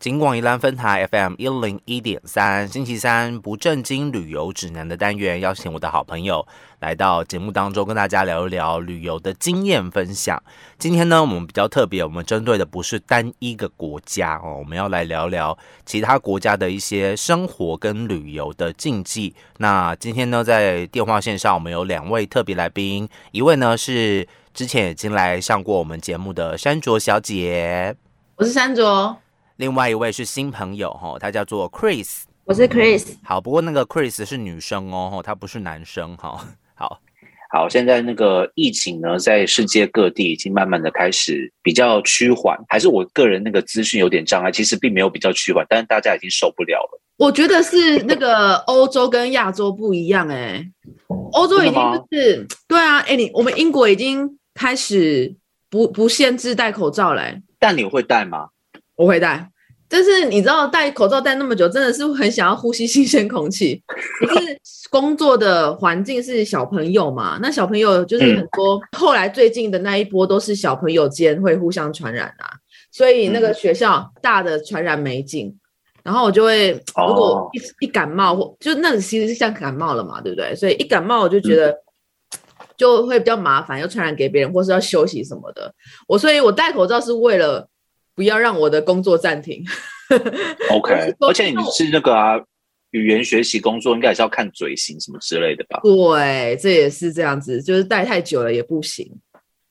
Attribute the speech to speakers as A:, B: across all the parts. A: 尽管宜兰分台 FM 一零一点三，星期三不正经旅游指南的单元，邀请我的好朋友来到节目当中，跟大家聊一聊旅游的经验分享。今天呢，我们比较特别，我们针对的不是单一个国家哦，我们要来聊聊其他国家的一些生活跟旅游的禁忌。那今天呢，在电话线上我们有两位特别来宾，一位呢是之前已经来上过我们节目的山卓小姐。
B: 我是山卓，
A: 另外一位是新朋友哈，他叫做 Chris。
C: 我是 Chris，
A: 好，不过那个 Chris 是女生哦，吼他不是男生哈。好，
D: 好，现在那个疫情呢，在世界各地已经慢慢的开始比较趋缓，还是我个人那个资讯有点障碍，其实并没有比较趋缓，但是大家已经受不了了。
B: 我觉得是那个欧洲跟亚洲不一样哎、欧洲已经就是对啊，哎、你我们英国已经开始不不限制戴口罩嘞、
D: 但你会戴吗？
B: 我会戴，但是你知道戴口罩戴那么久，真的是很想要呼吸新鲜空 气。可是工作的环境是小朋友嘛，那小朋友就是很多，
C: 嗯
B: 后来最近的那一波都是小朋友间会互相传染啊，所以
C: 嗯
B: 那个学校大的传染没劲。然后我就会，
D: 哦
B: 如果一、一感冒或就那里其实是像感冒了嘛，对不对？所以一感冒我就觉得
D: 嗯
B: 就会比较麻烦，又传染给别人，或是要休息什么的。我所以，我戴口罩是为了不要让我的工作暂停。 我是
D: OK，
B: 说
D: 而且你是那个啊，语言学习工作应该也是要看嘴型什么之类的吧？
B: 对，这也是这样子，就是戴太久了也不行。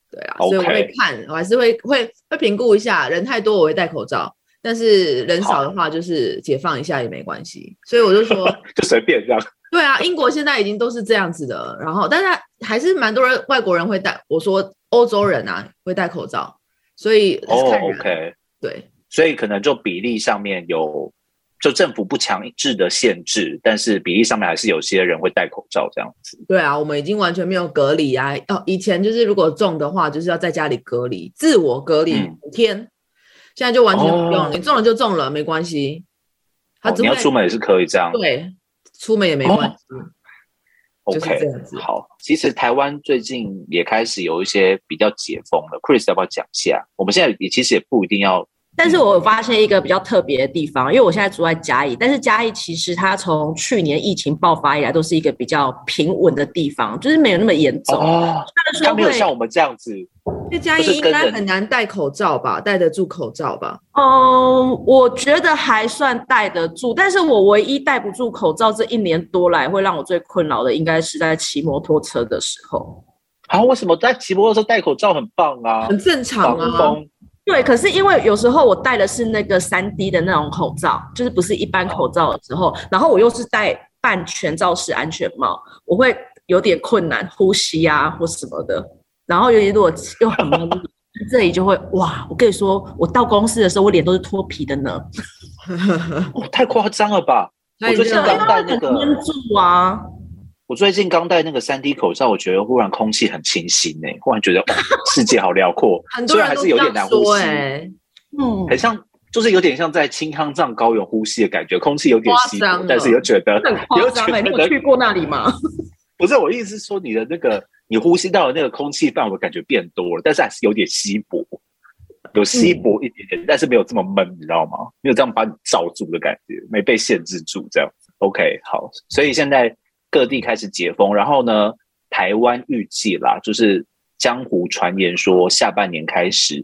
B: 对啊
D: OK
B: 所以我会看，我还是会会会评估一下，人太多我会戴口罩，但是人少的话就是解放一下也没关系。所以我就说，
D: 就随便这样。
B: 对啊，英国现在已经都是这样子的，然后但是还是蛮多人外国人会戴，我说欧洲人啊会戴口罩，所以
D: 哦、
B: 是看
D: o
B: 人
D: k
B: 对
D: 所以可能就比例上面有，就政府不强制的限制，但是比例上面还是有些人会戴口罩这样子。
B: 对啊，我们已经完全没有隔离啊，哦，以前就是如果中的话，就是要在家里隔离，自我隔离
D: 嗯
B: 五天，现在就完全不用，
D: 哦
B: 你中了就中了，没关系，他
D: 哦
B: 只
D: 你
B: 会、
D: 要出门也是可以这样。
B: 对出门也没关系，就是
D: 哦 OK，
B: 这样子。
D: 好，其实台湾最近也开始有一些比较解封了，Chris 要不要讲一下？我们现在也其实也不一定要，
C: 但是我有发现一个比较特别的地方，因为我现在住在嘉义，但是嘉义其实它从去年疫情爆发以来都是一个比较平稳的地方，就是没有那么严重。
D: 哦，
C: 虽
D: 他
C: 然
D: 没
C: 说
D: 有
C: 会
D: 像我们这样子，
B: 在嘉义
D: 就是
B: 应
D: 跟
B: 该
D: 人
B: 很难戴口罩吧，戴得住口罩吧？
C: 嗯，我觉得还算戴得住，但是我唯一戴不住口罩这一年多来会让我最困扰的，应该是在骑摩托车的时候。
D: 啊，为什么在骑摩托车戴口罩很棒啊？
B: 很正常
D: 防
B: 啊，
D: 风
C: 对，可是因为有时候我戴的是那个三 D 的那种口罩，就是不是一般口罩的时候，然后我又是戴半全罩式安全帽，我会有点困难呼吸啊或什么的。然后尤其如果又很闷，这里就会哇！我跟你说，我到公司的时候，我脸都是脱皮的呢，
D: 哦太夸张了吧！
B: 那你
D: 我就
B: 这
D: 是
B: 样
D: 刚戴那
C: 很
D: 个
C: 闷住啊。
D: 我最近刚戴那个三 D 口罩，我觉得忽然空气很清新诶、忽然觉得、哦世界好辽 阔，哦
B: 很多
D: 虽然
B: 人
D: 还
B: 都
D: 是有
B: 这
D: 点
B: 样
D: 难呼
B: 说
D: 吸，
B: 哎，
C: 嗯，
D: 很像就是有点像在青康藏高原呼吸的感觉，空气有点稀
B: 夸张
D: 薄
B: 了，
D: 但是又觉 得
C: 很夸张欸你有去过那里吗？
D: 不是我意思是说你的那个你呼吸到的那个空气范围感觉变多了，但是还是有点稀薄，有稀薄一点点，但是没有这么闷，你知道吗？没有这样把你罩住的感觉，没被限制住这样。OK，好，所以现在各地开始解封，然后呢，台湾预计啦，就是江湖传言说下半年开始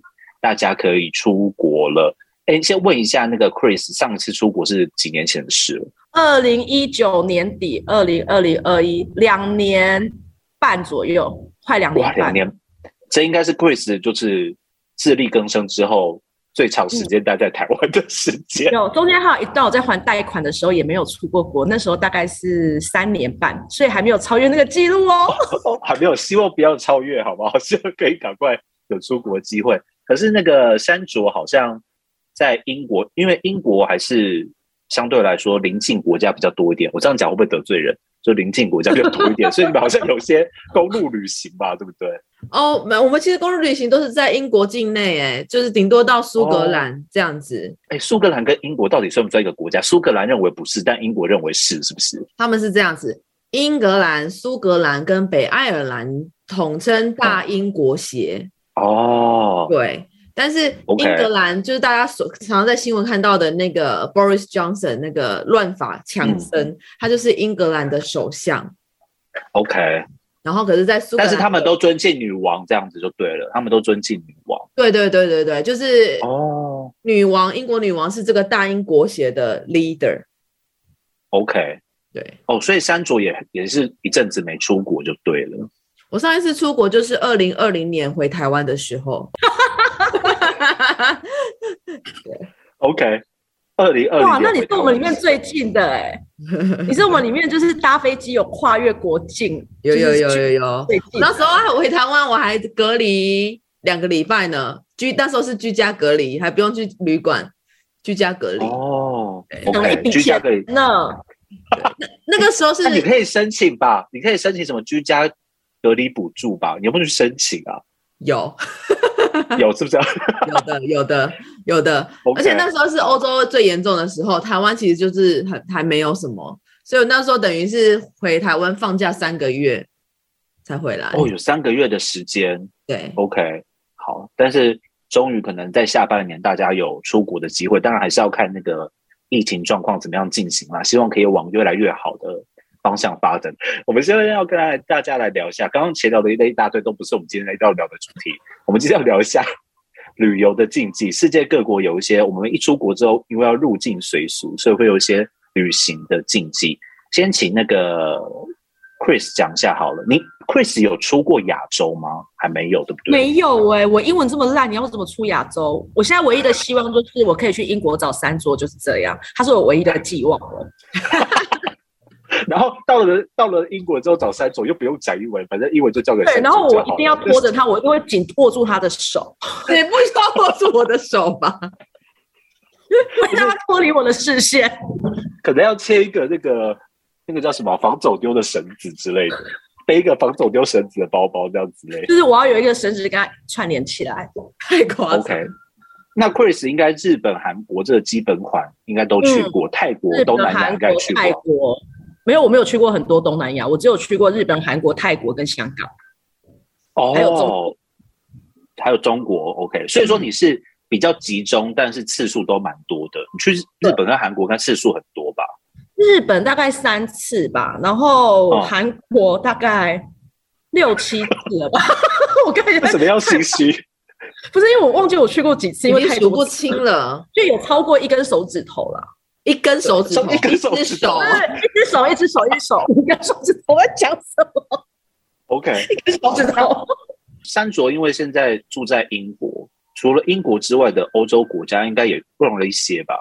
D: 大家可以出国了。哎，先问一下那个 Chris，上次出国是几年前的事了？
C: 二零一九年底，二零二零二一两年半左右，快两年
D: 哇，两。
C: 半
D: 年，这应该是 Chris 就是自力更生之后最长时间待在台湾的时间。
C: 有中间还有一段我在还贷款的时候也没有出过国，那时候大概是三年半，所以还没有超越那个记录哦。
D: 还没有，希望不要超越，好不好？希望可以赶快有出国机会。可是那个山卓好像在英国，因为英国还是相对来说邻近国家比较多一点。我这样讲会不会得罪人？就邻近国家比较多一点，所以你们好像有些公路旅行吧，对不对？
B: 哦，没，我们其实公路旅行都是在英国境内，哎，就是顶多到苏
D: 哦
B: 格兰这样子，
D: 哎，苏格兰跟英国到底算不算一个国家？苏格兰认为不是，但英国认为是，是不是？
B: 他们是这样子。英格兰、苏格兰跟北爱尔兰统称大英国协，
D: 哦，
B: 对。但是
D: OK
B: 英格兰就是大家所常常在新闻看到的那个 Boris Johnson 那个乱法
D: 嗯
B: 强森，他就是英格兰的首相。
D: OK，
B: 然后可是，在苏格
C: 啊
D: 但
B: 兰，
D: 是他们都尊敬女王，这样子就对了，他们都尊敬女王。
B: 对对对对对，就是
D: 哦
B: 女王，英国女王是这个大英国协的 leader。
D: ，OK，
B: 对
D: 哦，所以山卓也也是一阵子没出国就对了。
B: 我上一次出国就是二零二零年回台湾的时候，
D: OK，二零哦二零，
C: 哇，那你是我们里面最近的哎、你是我们里面就是搭飞机有跨越国境，
B: 有有有
C: 就是
B: 有有，
C: 最近的
B: 那时候啊回台湾我还隔离两个礼拜呢，居那时候是居家隔离，还不用去旅馆，居家隔离。
D: 哦
C: 省了
D: ，OK，
C: 一笔
D: 居家
C: 钱
D: 可以，
C: 呢。
B: 那个时候是
D: 那你可以申请吧？你可以申请什么居家隔离补助吧？你有没有去申请啊？
B: 有
D: 有是不是？哦
B: 有的有的有的，
D: OK
B: 而且那时候是欧洲最严重的时候，台湾其实就是很还没有什么，所以我那时候等于是回台湾放假三个月才回来。
D: 哦，有三个月的时间。
B: 对
D: OK，好，但是终于可能在下半年大家有出国的机会，当然还是要看那个疫情状况怎么样进行啦，希望可以往越来越好的方向发展。我们现在要跟大大家来聊一下，刚刚闲聊的一大堆都不是我们今天要聊的主题，我们今天要聊一下旅游的禁忌。世界各国有一些，我们一出国之后，因为要入境随俗，所以会有一些旅行的禁忌。先请那个 Chris 讲一下好了，你 Chris 有出过亚洲吗？还没有，对不对？
C: 没有哎、我英文这么烂，你要我怎么出亚洲？我现在唯一的希望就是我可以去英国找三桌，就是这样，他是我唯一的寄望了。
D: 然后到了到了英国之后找三种，又不用讲英文，反正英文就交给
C: 对，
D: 三
C: 然后
D: 种就
C: 我
D: 好了。
C: 一定要拖着他，我一定会紧握住他的手，
B: 你不需要握住我的手 吧？
C: 不会让他脱离我的视线。
D: 可能要切一个那个那个叫什么防走丢的绳子之类 的，背一个防走丢绳子的包包这样之类的。
C: 就是我要有一个绳子跟他串联起来。
B: 太夸张。
D: OK，那 Chris 应该日本、韩国这个基本款应该都去过，泰国、
C: 嗯日
D: 东
C: 本、
D: 南亚
C: 韩
D: 应
C: 国
D: 该去、
C: 泰
D: 过。
C: 国，没有，我没有去过很多东南亚，我只有去过日本、韩国、泰国跟香港。
D: 哦，
C: 还有中
D: 还有中国，OK，所以说你是比较集中，但是次数都蛮多的。你去日本跟韩国，应该次数很多吧？
C: 日本大概三次吧，然
D: 哦
C: 后韩国大概六七次了吧。 我感觉
D: 为什么要心虚？
C: 不是因为我忘记我去过几次，
B: 已
C: 因为
B: 经
C: 太
B: 数不
C: 多次，
B: 清了，
C: 就有超过一根手指头了。
B: 一根手指头，
D: 一根手
B: 只
D: 指头
B: 手，
C: 对， 一只手，一只手，一只手，哦 一根手指头。我在讲什么？
D: OK，
C: 一根手指头。
D: 山卓因为现在住在英国，除了英国之外的欧洲国家，应该也逛了一些吧？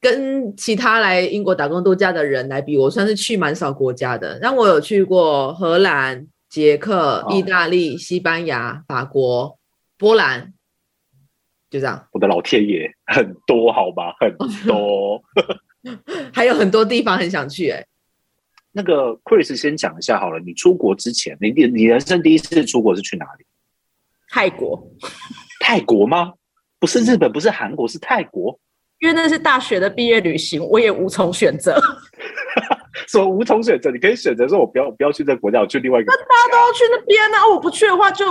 B: 跟其他来英国打工度假的人来比，我算是去蛮少国家的。但我有去过荷兰、捷克、
D: 哦
B: 意大利、西班牙、法国、波兰，就这样，
D: 我的老天爷， 很多好吗？很 多。
B: 还有很多地方很想去、欸。哎，
D: 那个 Chris 先讲一下好了，你出国之前，你你你人生第一次出国是去哪里？
C: 泰国，
D: 泰国吗？不是日本，不是韩国，是泰国。
C: 因为那是大学的毕业旅行，我也无从选 择。
D: 所以无从选择，你可以选择说我不要我不要去这个国家，我去另外一个国
C: 大家
D: 家。
C: 都要去那边啊，我不去的话就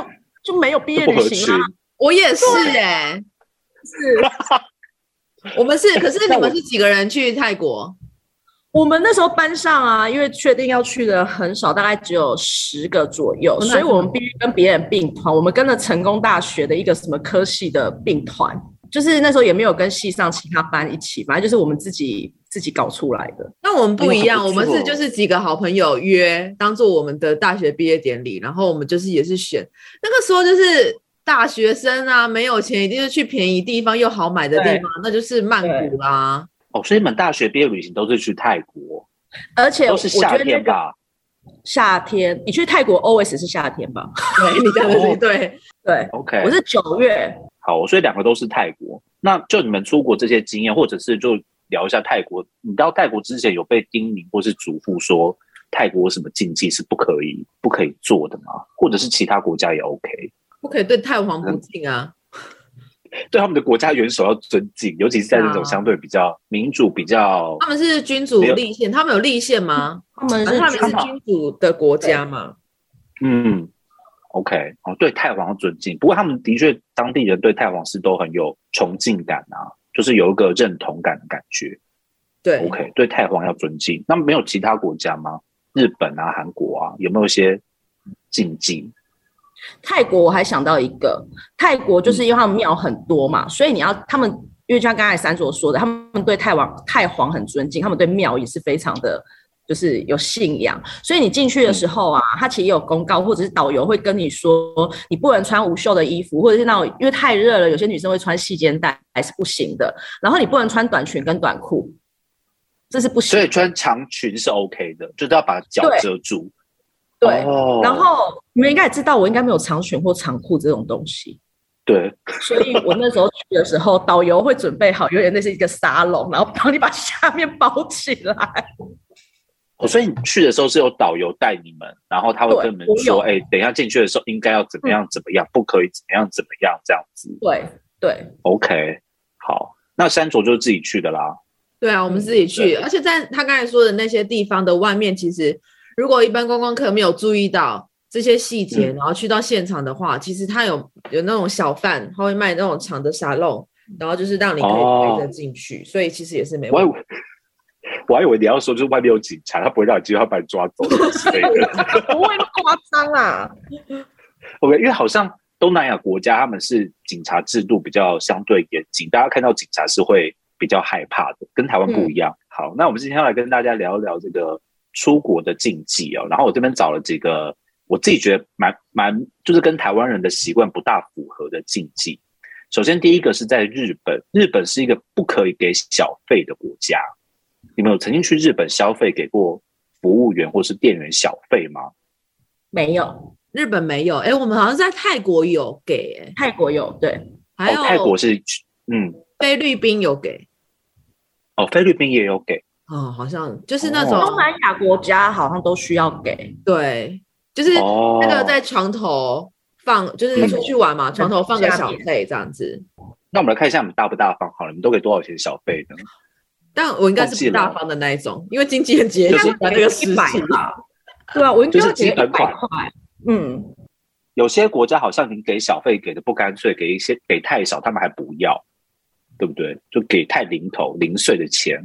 C: 就没有毕业
D: 不
C: 旅
D: 合
C: 行啦、啊
D: 群
B: 我也是哎、
C: 是
B: 我们是，可是
D: 那
B: 你
D: 我
B: 们是几个人去泰国？
C: 我们那时候班上啊，因为确定要去的很少，大概只有十个左右，
D: 哦
B: 那
C: 所以我们必须跟别人并团。我们跟了成功大学的一个什么科系的并团，就是那时候也没有跟系上其他班一起，反正就是我们自己自己搞出来的。
B: 那我们不一样，
D: 哎
B: 我
D: 呦好不
B: 们
D: 错
B: 是就是几个好朋友约，当做我们的大学毕业典礼，然后我们就是也是选那个时候就是大学生啊，没有钱，一定是去便宜地方又好买的地
C: 对
B: 方，那就是曼谷啦、
D: 哦，所以你们大学毕业旅行都是去泰国，
C: 而且
D: 都
C: 我
D: 是
C: 觉
D: 夏
C: 得那
D: 天
C: 个
D: 吧？
C: 夏天，你去泰国 always 是夏天吧？
B: 对， 你讲的对对，
C: 对，
D: OK，
C: 我是九月，
D: 好，所以两个都是泰国。那就你们出国这些经验，或者是就聊一下泰国。你到泰国之前有被叮咛或是嘱咐说泰国有什么禁忌是不可以不可以做的吗？或者是其他国家也 OK？
B: 不可以对太皇不敬
D: 嗯
B: 啊。
D: 对他们的国家元首要尊敬，尤其是在那种
B: 啊
D: 相对比较民主、比较
B: 他们是君主立宪，他们有立宪吗？
D: 嗯啊
C: 他们
B: 反正
C: 是
B: 他们
C: 去
B: 是君主的国家嘛。
D: 嗯 OK，哦，对太皇尊敬，不过他们的确当地人对太皇是都很有崇敬感啊，就是有一个认同感的感觉。
B: 对
D: OK，对太皇要尊敬。那没有其他国家吗？日本啊、韩国啊，有没有一些禁忌？
C: 泰国我还想到一个，泰国就是
D: 嗯
C: 因为他们庙很多嘛，所以你要他们，因为就像刚才三所说的，他们对太王太皇很尊敬，他们对庙也是非常的。就是有信仰，所以你进去的时候啊，他其实也有公告，或者是导游会跟你说，你不能穿无袖的衣服，或者是那种因为太热了，有些女生会穿细肩带还是不行的。然后你不能穿短裙跟短裤，这是不行
D: 所
C: 的。
D: 以穿长裙是 OK 的，就是要把脚
C: 对
D: 遮住。
C: 对，
D: 哦
C: 然后你们应该也知道，我应该没有长裙或长裤这种东西，
D: 对，
C: 所以我那时候去的时候，导游会准备好，有点类似一个沙龙，然后帮你把下面包起来。
D: 哦，所以你去的时候是有导游带你们，然后他会
C: 对
D: 跟你们
C: 我有嗯
D: 说，哎、等一下进去的时候应该要怎么样怎么样，不可以怎么样怎么样这样子。
C: 对对，
D: OK，好，那山卓就是自己去的啦。
B: 对啊，我们自己
D: 嗯对
B: 去，而且在他刚才说的那些地方的外面，其实如果一般观光客没有注意到这些细
D: 嗯
B: 节，然后去到现场的话，其实他有有那种小贩，他会卖那种长的沙漏，然后就是让你可以
D: 嗯哦
B: 陪着进去，所以其实也是没
D: 我还以
B: 问题。
D: 为 我还以为你要说就是外面有警察，他不会让你进去，他把你抓走之类的。
C: 不会那么夸张啊啦。
D: OK，因为好像东南亚国家他们是警察制度比较相对严谨，大家看到警察是会比较害怕的，跟台湾
B: 嗯
D: 不一样。好，那我们今天要来跟大家聊一聊这个出国的禁忌哦。然后我这边找了几个我自己觉得蛮蛮就是跟台湾人的习惯不大符合的禁忌。首先第一个是在日本，日本是一个不可以给小费的国家。你们有曾经去日本消费给过服务员或是店员小费吗？哦
C: 没有，
B: 日本没有，哎，我们好像在泰国有给、诶
C: 泰国有对，
B: 还
D: 哦、泰
B: 有
D: 国是嗯。
B: 菲律宾有给，
D: 哦，菲律宾也有给，
B: 哦，好像就是那种、
D: 哦
C: 东南亚国家好像都需要给。
B: 对，就是
D: 哦，嗯
B: 那个在床头放，就是出去玩嘛，床头放个
C: 下
B: 小
C: 面
B: 费这样子。
D: 那我们来看一下你们大不大方好了，你们都给多少钱小费呢？
B: 但我应该是不大方的那一种，因为经纪人节就是那个事
C: 一百
B: 情。
C: 吧。对啊，我应该
D: 就是
C: 要给
D: 基本
C: 100
D: 款
C: 块。嗯，
D: 有些国家好像你给小费给的不干脆，给一些给太少，他们还不要，对不对？就给太零头零碎的钱。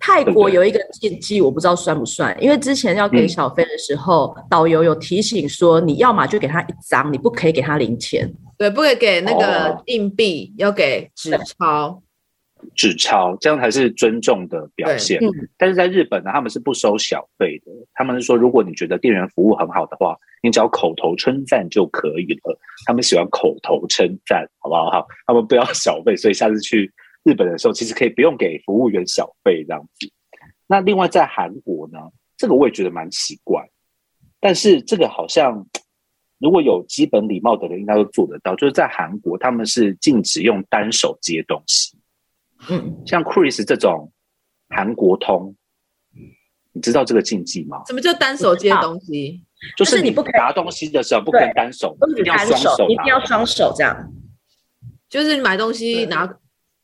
C: 泰
D: 对不
C: 国
D: 对
C: 有一个禁忌，我不知道算不算，因为之前要给
D: 嗯
C: 小费的时候，导游有提醒说，你要么就给他一张，你不可以给他零钱。
B: 对，不可以给那个
D: 哦
B: 硬币，要给纸钞。
D: 纸钞，这样才是尊重的表现。
C: 对
D: 但是在日本呢，他们是不收小费的。他们是说，如果你觉得店员服务很好的话，你只要口头称赞就可以了。他们喜欢口头称赞，好不好？好，他们不要小费，所以下次去日本的时候，其实可以不用给服务员小费这样子。那另外在韩国呢，这个我也觉得蛮奇怪，但是这个好像如果有基本礼貌的人，应该都做得到。就是在韩国，他们是禁止用单手接东西。
C: 嗯，
D: 像 Chris 这种韩国通，你知道这个禁忌吗？
B: 什么叫单手接东西？
D: 就
C: 但是
D: 是
C: 你
D: 你
C: 不可以
D: 拿东西的时候不可以
C: 对
D: 单手，
C: 都
D: 一
C: 是
D: 定要
C: 单
D: 双
C: 手，一定
D: 拿。
C: 要双手这样，
B: 就是你买东西
D: 对
B: 拿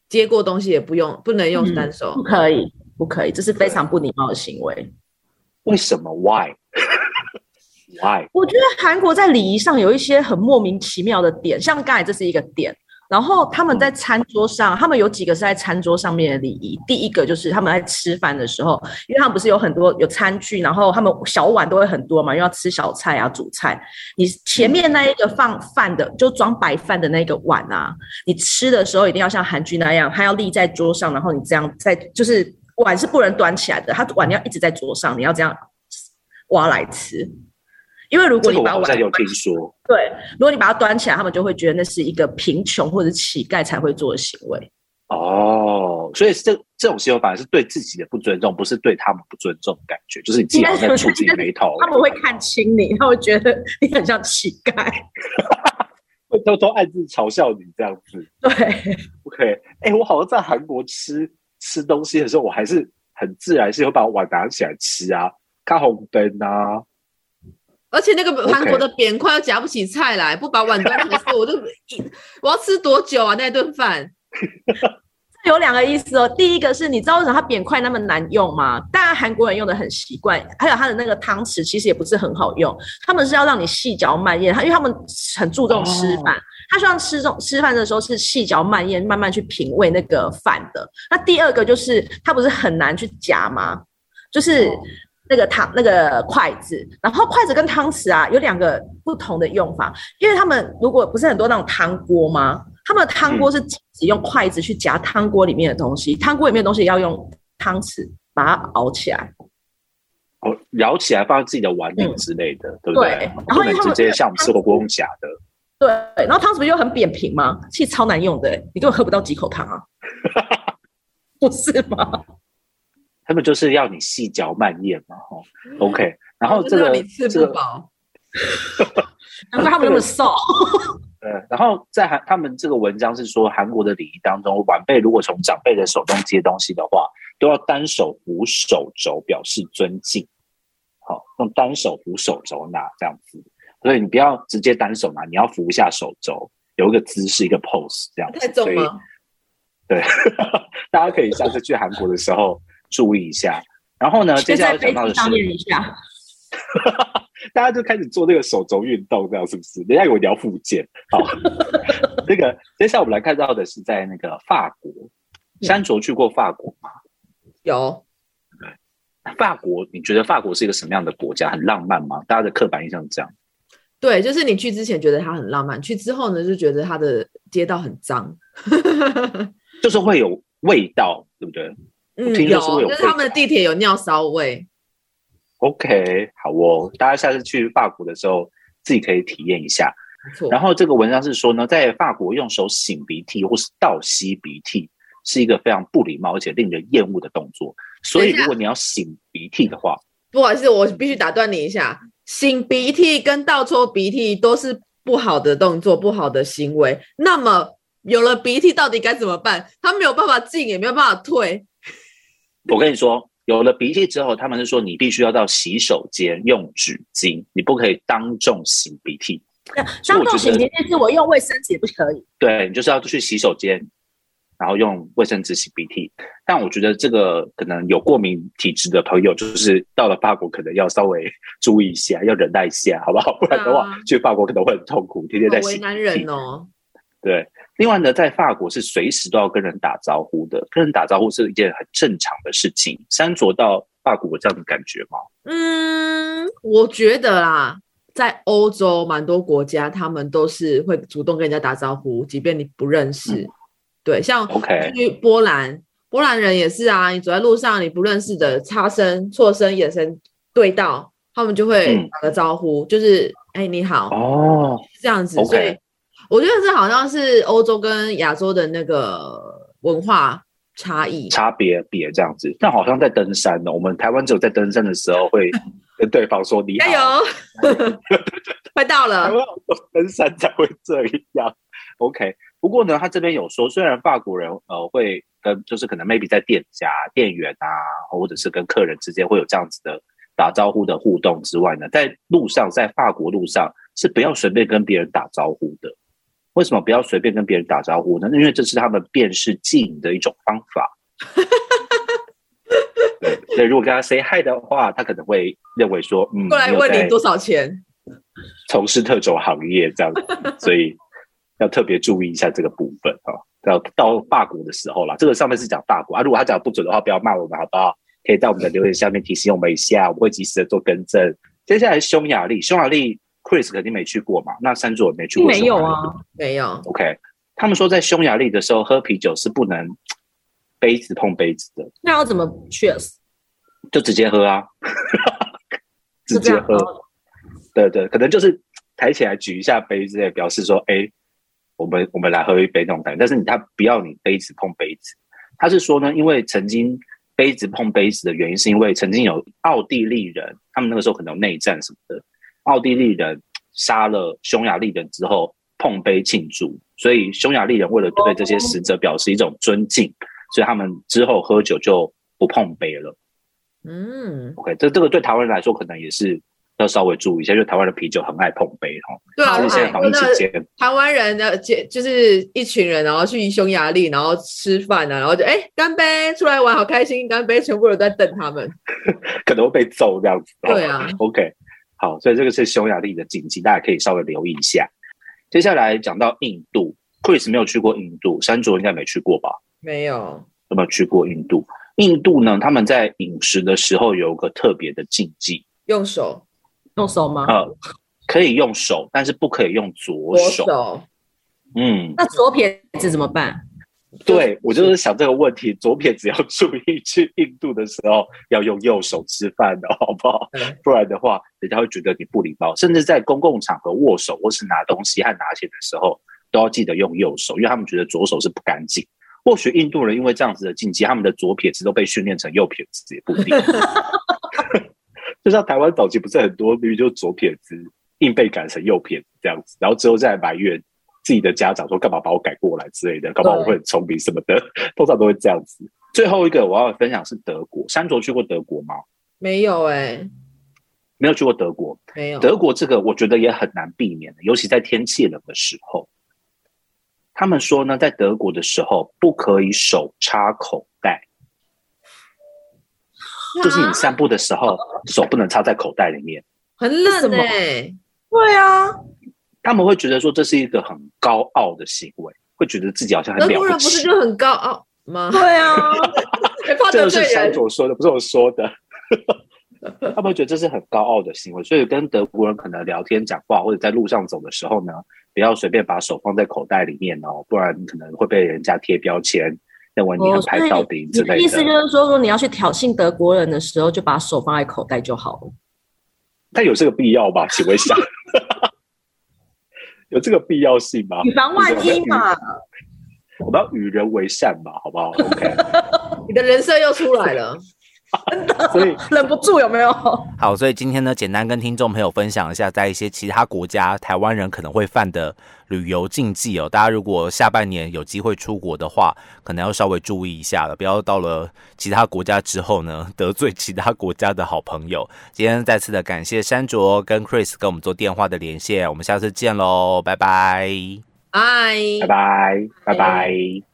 B: 接过东西也不用，不能用
C: 嗯
B: 单手
C: 不。可以，不可以，这是非常不礼貌的行为。
D: 为什么？Why？Why？
C: 我觉得韩国在礼仪上有一些很莫名其妙的点，像刚才这是一个点。然后他们在
D: 嗯
C: 餐桌上，他们有几个是在餐桌上面的礼仪。第一个就是他们在吃饭的时候，因为他们不是有很多有餐具，然后他们小碗都会很多嘛，因为要吃小菜啊、主菜。你前面那一个放饭的，就装白饭的那个碗啊，你吃的时候一定要像韩剧那样，它要立在桌上，然后你这样在就是碗是不能端起来的，它碗要一直在桌上，你要这样挖来吃。因为如果
D: 这
C: 你
D: 个我
C: 把
D: 好
C: 碗
D: 像有听说。
C: 对，如果你把它端起来，他们就会觉得那是一个贫穷或者乞丐才会做的行为。
D: 哦，所以这这种行为反而是对自己的不尊重，不是对他们不尊重的感觉，就是你自己好像在触自己眉头，
C: 他们会看清你，他会觉得你很像乞丐。
D: 会偷偷暗自嘲笑你这样子。
C: 对，
D: OK，哎、我好像在韩国吃吃东西的时候，我还是很自然是会把碗拿起来吃啊，看红灯啊，
B: 而且那个
D: OK
B: 韩国的扁筷又夹不起菜 来，不把碗端起来，我都我要吃多久啊？那顿饭
C: 有两个意思哦。第一个是你知道为什么它扁筷那么难用吗？当然韩国人用的很习惯，还有它的那个汤匙其实也不是很好用，他们是要让你细嚼慢咽，他因为他们很注重吃饭，他希望吃中吃饭的时候是细嚼慢咽，慢慢去品味那个饭的。那第二个就是它不是很难去夹吗？就是。那个汤那个筷子，然后筷子跟汤匙啊有两个不同的用法，因为他们如果不是很多那种汤锅吗？他们的汤
D: 嗯
C: 锅是禁止用筷子去夹汤锅里面的东西，汤锅里面的东西要用汤匙把它熬起来。
D: 哦，舀起来放在自己的碗里之类的，对不
C: 嗯
D: 哦
C: 对然
D: 不
C: 后因为
D: 能
C: 他
D: 直
C: 们
D: 接像我们吃火锅用夹的。
C: 对，然后汤匙不就很扁平吗？其实超难用的、欸你根本喝不到几 口汤啊，不是吗？
D: 他们就是要你细嚼慢咽嘛，哈、OK，然
C: 嗯哦
D: 后
B: 就
D: 这
B: 是让
D: 个
B: 你吃
D: 这
B: 不
D: 个
B: 饱，
C: 难怪他们那么瘦。
D: 对，然后在韩他们这个文章是说，韩国的礼仪当中，晚辈如果从长辈的手中接东西的话，都要单手扶手肘表示尊敬。好，用单手扶手肘拿这样子，所以你不要直接单手拿，你要扶一下手肘，有一个姿势，一个 pose 这样子。
B: 太重
D: 所以
B: 了。
D: 对，大家可以下次去韩国的时候注意一下。然后呢，接
C: 先
D: 下来
C: 在
D: 要讲到
C: 飞机
D: 的是
C: 上，面一下，
D: 大家就开始做这个手肘运动，这样是不是？人家以为聊附件。好，这个接下来我们来看到的是在那个法国，山卓去过法国吗？
B: 有，
D: 法国，你觉得法国是一个什么样的国家？很浪漫吗？大家的刻板印象是这样。
B: 对，就是你去之前觉得它很浪漫，去之后呢就觉得它的街道很脏。
D: 就是会有味道，对不对
B: 嗯，
D: 听
B: 有，
D: 说是会有
B: 就是他们的地铁有尿骚味。
D: ？OK，好哦，大家下次去法国的时候自己可以体验一下。
B: 没错，
D: 然后这个文章是说呢，在法国用手擤鼻涕或是倒吸鼻涕是一个非常不礼貌而且令人厌恶的动作，所以
B: 等一下
D: 如果你要擤鼻涕的话，
B: 不好意思，我必须打断你一下。擤鼻涕跟倒抽鼻涕都是不好的动作，不好的行为。那么有了鼻涕到底该怎么办？他没有办法进，也没有办法退。
D: 我跟你说，有了鼻涕之后，他们是说你必须要到洗手间用纸巾，你不可以当众擤鼻涕。所以
C: 当
D: 我觉
C: 众
D: 得
C: 擤鼻涕是我用卫生纸也不可以。
D: 对你就是要去洗手间，然后用卫生纸洗鼻涕。但我觉得这个可能有过敏体质的朋友，就是到了法国可能要稍微 注意一下，要忍耐一下，好不好？ 不然的话，
B: 啊
D: 去法国可能会很痛苦，天天
B: 好
D: 在洗
B: 为
D: 鼻
B: 难
D: 涕
B: 人哦。
D: 对，另外呢，在法国是随时都要跟人打招呼的，跟人打招呼是一件很正常的事情。山卓到法国有这样的感觉吗？
B: 嗯，我觉得啦，在欧洲蛮多国家，他们都是会主动跟人家打招呼，即便你不认识。对，像
D: 嗯 OK
B: 去波兰，波兰人也是啊，你走在路上，你不认识的擦身、错身、眼神对到，他们就会
D: 嗯
B: 打个招呼，就是哎、你好，
D: 哦，
B: 这样子。
D: OK
B: 所以我觉得这好像是欧洲跟亚洲的那个文化差异。
D: 差别别这样子，但好像在登山哦呢。我们台湾只有在登山的时候 会跟对方说你好，
B: 加油， 快到 了
D: 台。湾好多登山才会这样。OK，不过呢，他这边有说，虽然法国人呃会跟就是可能 maybe 在店家、店员啊，或者是跟客人之间会有这样子的打招呼的互动之外呢，在路上，在法国路上是不要随便跟别人打招呼的。为什么不要随便跟别人打招呼呢？因为这是他们辨识技能的一种方法。 对，所以如果跟他 say hi 的话，他可能会认为说，嗯，
B: 过来
D: 有
B: 问
D: 在
B: 你多少钱？
D: 从事特种行业这样 子，所以要特别注意一下这个部分啊、哦。到到法国的时候啦，这个上面是讲法国啊，如果他讲得不准的话，不要骂我们好不好？可以在我们的留言下面提醒我们一下，我们会及时的做更正。接下来匈牙利，匈牙利 Chris 肯定没去过嘛，那山卓也没去过，
C: 没有啊。
B: 没有，
D: OK，他们说在匈牙利的时候喝啤酒是不能杯子碰杯子的，
C: 那要怎么 cheers？
D: 就直接喝啊， 直
C: 是这
D: 接
C: 样
D: 喝。
C: 喝。
D: 对对，可能就是抬起来举一下杯之类，表示说，哎，我们我们来喝一杯那种感觉。但是你他不要你杯子碰杯子，他是说呢，因为曾经杯子碰杯子的原因，是因为曾经有奥地利人，他们那个时候可能有内战什么的，奥地利人杀了匈牙利人之后碰杯庆祝，所以匈牙利人为了对这些死者表示一种尊敬，所以他们之后喝酒就不碰杯了。
B: 嗯，
D: 嗯 OK，这这个对台湾人来说可能也是要稍微注意一下，就台湾的啤酒很爱碰杯哈，
B: 对啊，
D: 就是现在防疫
B: 那
D: 期间，
B: 台湾人的姐就是一群人，然后去匈牙利，然后吃饭啊，然后就哎干杯，出来玩好开心，干杯，全部人都在瞪他们。
D: 可能会被揍这样子。哦
B: 对啊
D: OK，好，所以这个是匈牙利的禁忌，大家可以稍微留意一下。接下来讲到印度，Chris 没有去过印度，山卓应该没去过吧？
B: 没有，
D: 有没有去过印度？印度呢，他们在饮食的时候有个特别的禁忌，
B: 用手，
C: 用手吗？
D: 呃，可以用手，但是不可以用左
B: 左
D: 手。
B: 手，
D: 嗯，
C: 那左撇子怎么办？
D: 对我就是想这个问题，左撇子要 注意，去印度的时候要用右手吃饭的好不好
B: 嗯？
D: 不然的话，人家会觉得你不礼貌，甚至在公共场合握手或是拿东西和拿钱的时候，都要记得用右手，因为他们觉得左手是不干净。或许印度人因为这样子的禁忌，他们的左撇子都被训练成右撇子，也不一定。 就像台湾早期不是很多，比如就左撇子硬被改成右撇子这样子，然后之后再埋怨自己的家长说干嘛把我改过来之类的，干嘛我会很聪明什么的， 通常都会这样子。最后一个我要分享是德国，山卓去过德国吗？
B: 没有哎、
D: 没有去过德国，
B: 没有。
D: 德国这个我觉得也很难避免的，尤其在天气冷的时候。他们说呢，在德国的时候不可以手插口袋，就是你
B: 啊
D: 散步的时候手不能插在口袋里面。
B: 很冷
C: 为什么
B: 哎、
C: 对啊，
D: 他们会觉得说这是一个很高傲的行为，会觉得自己好像很
B: 德
D: 了
B: 国人不
D: 起
B: 是。就很高傲 吗？
C: 对啊，
B: 还 怕
D: 这
B: 得
D: 个是
B: 罪
D: 山
B: 人？
D: 卓说的，不是我说的。 他们会觉得这是很高傲的行为，所以跟德国人可能聊天、讲话或者在路上走的时候呢，不要随便把手放在口袋里面哦，不然你可能会被人家贴标签，认为你很
C: 哦所
D: 拍
C: 以
D: 到底之
C: 你的
D: 类
C: 意思就
D: 的。
C: 是说，如果你要去挑衅德国人的时候，就把手放在口袋就好了。
D: 但有这个必要吗？请问一下， 有这个必要性吗？
C: 以防万一嘛，
D: 嗯我们要与人为善嘛，好不好？OK，
B: 你的人设又出来 了。
D: 所以
C: 忍不住有没有？
A: 好，所以今天呢，简单跟听众朋友分享一下，在一些其他国家，台湾人可能会犯的旅游禁忌哦。大家如果下半年有机会出国的话，可能要稍微注意一下了，不要到了其他国家之后呢，得罪其他国家的好朋友。今天再次的感谢山卓跟 Chris 跟我们做电话的连线，我们下次见喽，拜拜。
B: 哎，
D: 拜拜，拜拜。